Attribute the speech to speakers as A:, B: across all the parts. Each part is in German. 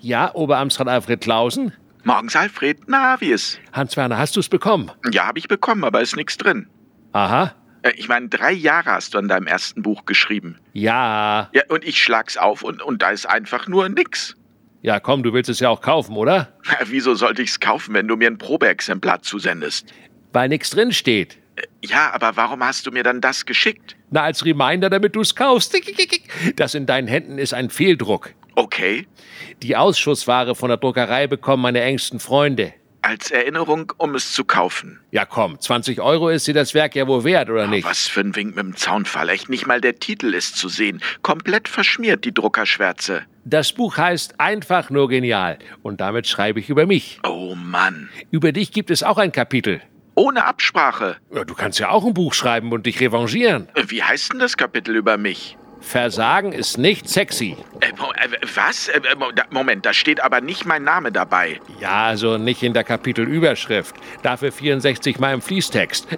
A: Ja, Oberamtsrat Alfred Klausen.
B: Morgens, Alfred. Na, wie ist?
A: Hans-Werner, hast du es bekommen?
B: Ja, habe ich bekommen, aber ist nichts drin.
A: Aha.
B: Äh, Ich meine, drei Jahre hast du an deinem ersten Buch geschrieben.
A: Ja.
B: Ja, und ich schlag's auf und, und da ist einfach nur nix.
A: Ja, komm, du willst es ja auch kaufen, oder?
B: Na, Wieso sollte ich's kaufen, wenn du mir ein Probeexemplar zusendest? Äh,
A: Weil nichts drin steht.
B: Ja, aber warum hast du mir dann das geschickt?
A: Na, als Reminder, damit du es kaufst. Das in deinen Händen ist ein Fehldruck.
B: Okay,
A: Die Ausschussware von der Druckerei bekommen meine engsten Freunde.
B: als Erinnerung, um es zu kaufen.
A: Ja, komm, 20 Euro ist dir das Werk ja wohl wert, oder nicht?
B: Was für ein Wink mit dem Zaunfall. Echt nicht mal der Titel ist zu sehen. Komplett verschmiert, die Druckerschwärze.
A: Das Buch heißt einfach nur genial. Und damit schreibe ich über mich.
B: Oh Mann.
A: Über dich gibt es auch ein Kapitel.
B: Ohne Absprache.
A: Ja, du kannst ja auch ein Buch schreiben und dich revanchieren.
B: Wie heißt denn das Kapitel über mich?
A: Versagen ist nicht sexy.
B: Äh, Mo- äh, was? Äh, Mo- da- Moment, da steht aber nicht mein Name dabei.
A: Ja, also nicht in der Kapitelüberschrift. Dafür 64 Mal im Fließtext.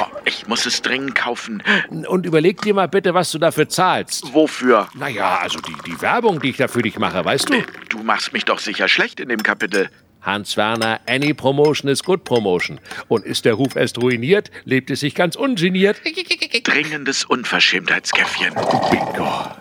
B: Oh, ich muss es dringend kaufen.
A: Und überleg dir mal bitte, was du dafür zahlst.
B: Wofür?
A: Naja, also die, die Werbung, die ich da für dich mache, weißt du?
B: Du machst mich doch sicher schlecht in dem Kapitel.
A: Hans Werner, any promotion is good promotion. Und ist der Ruf erst ruiniert, lebt es sich ganz ungeniert.
B: Dringendes Unverschämtheitskäffchen.
A: Bingo.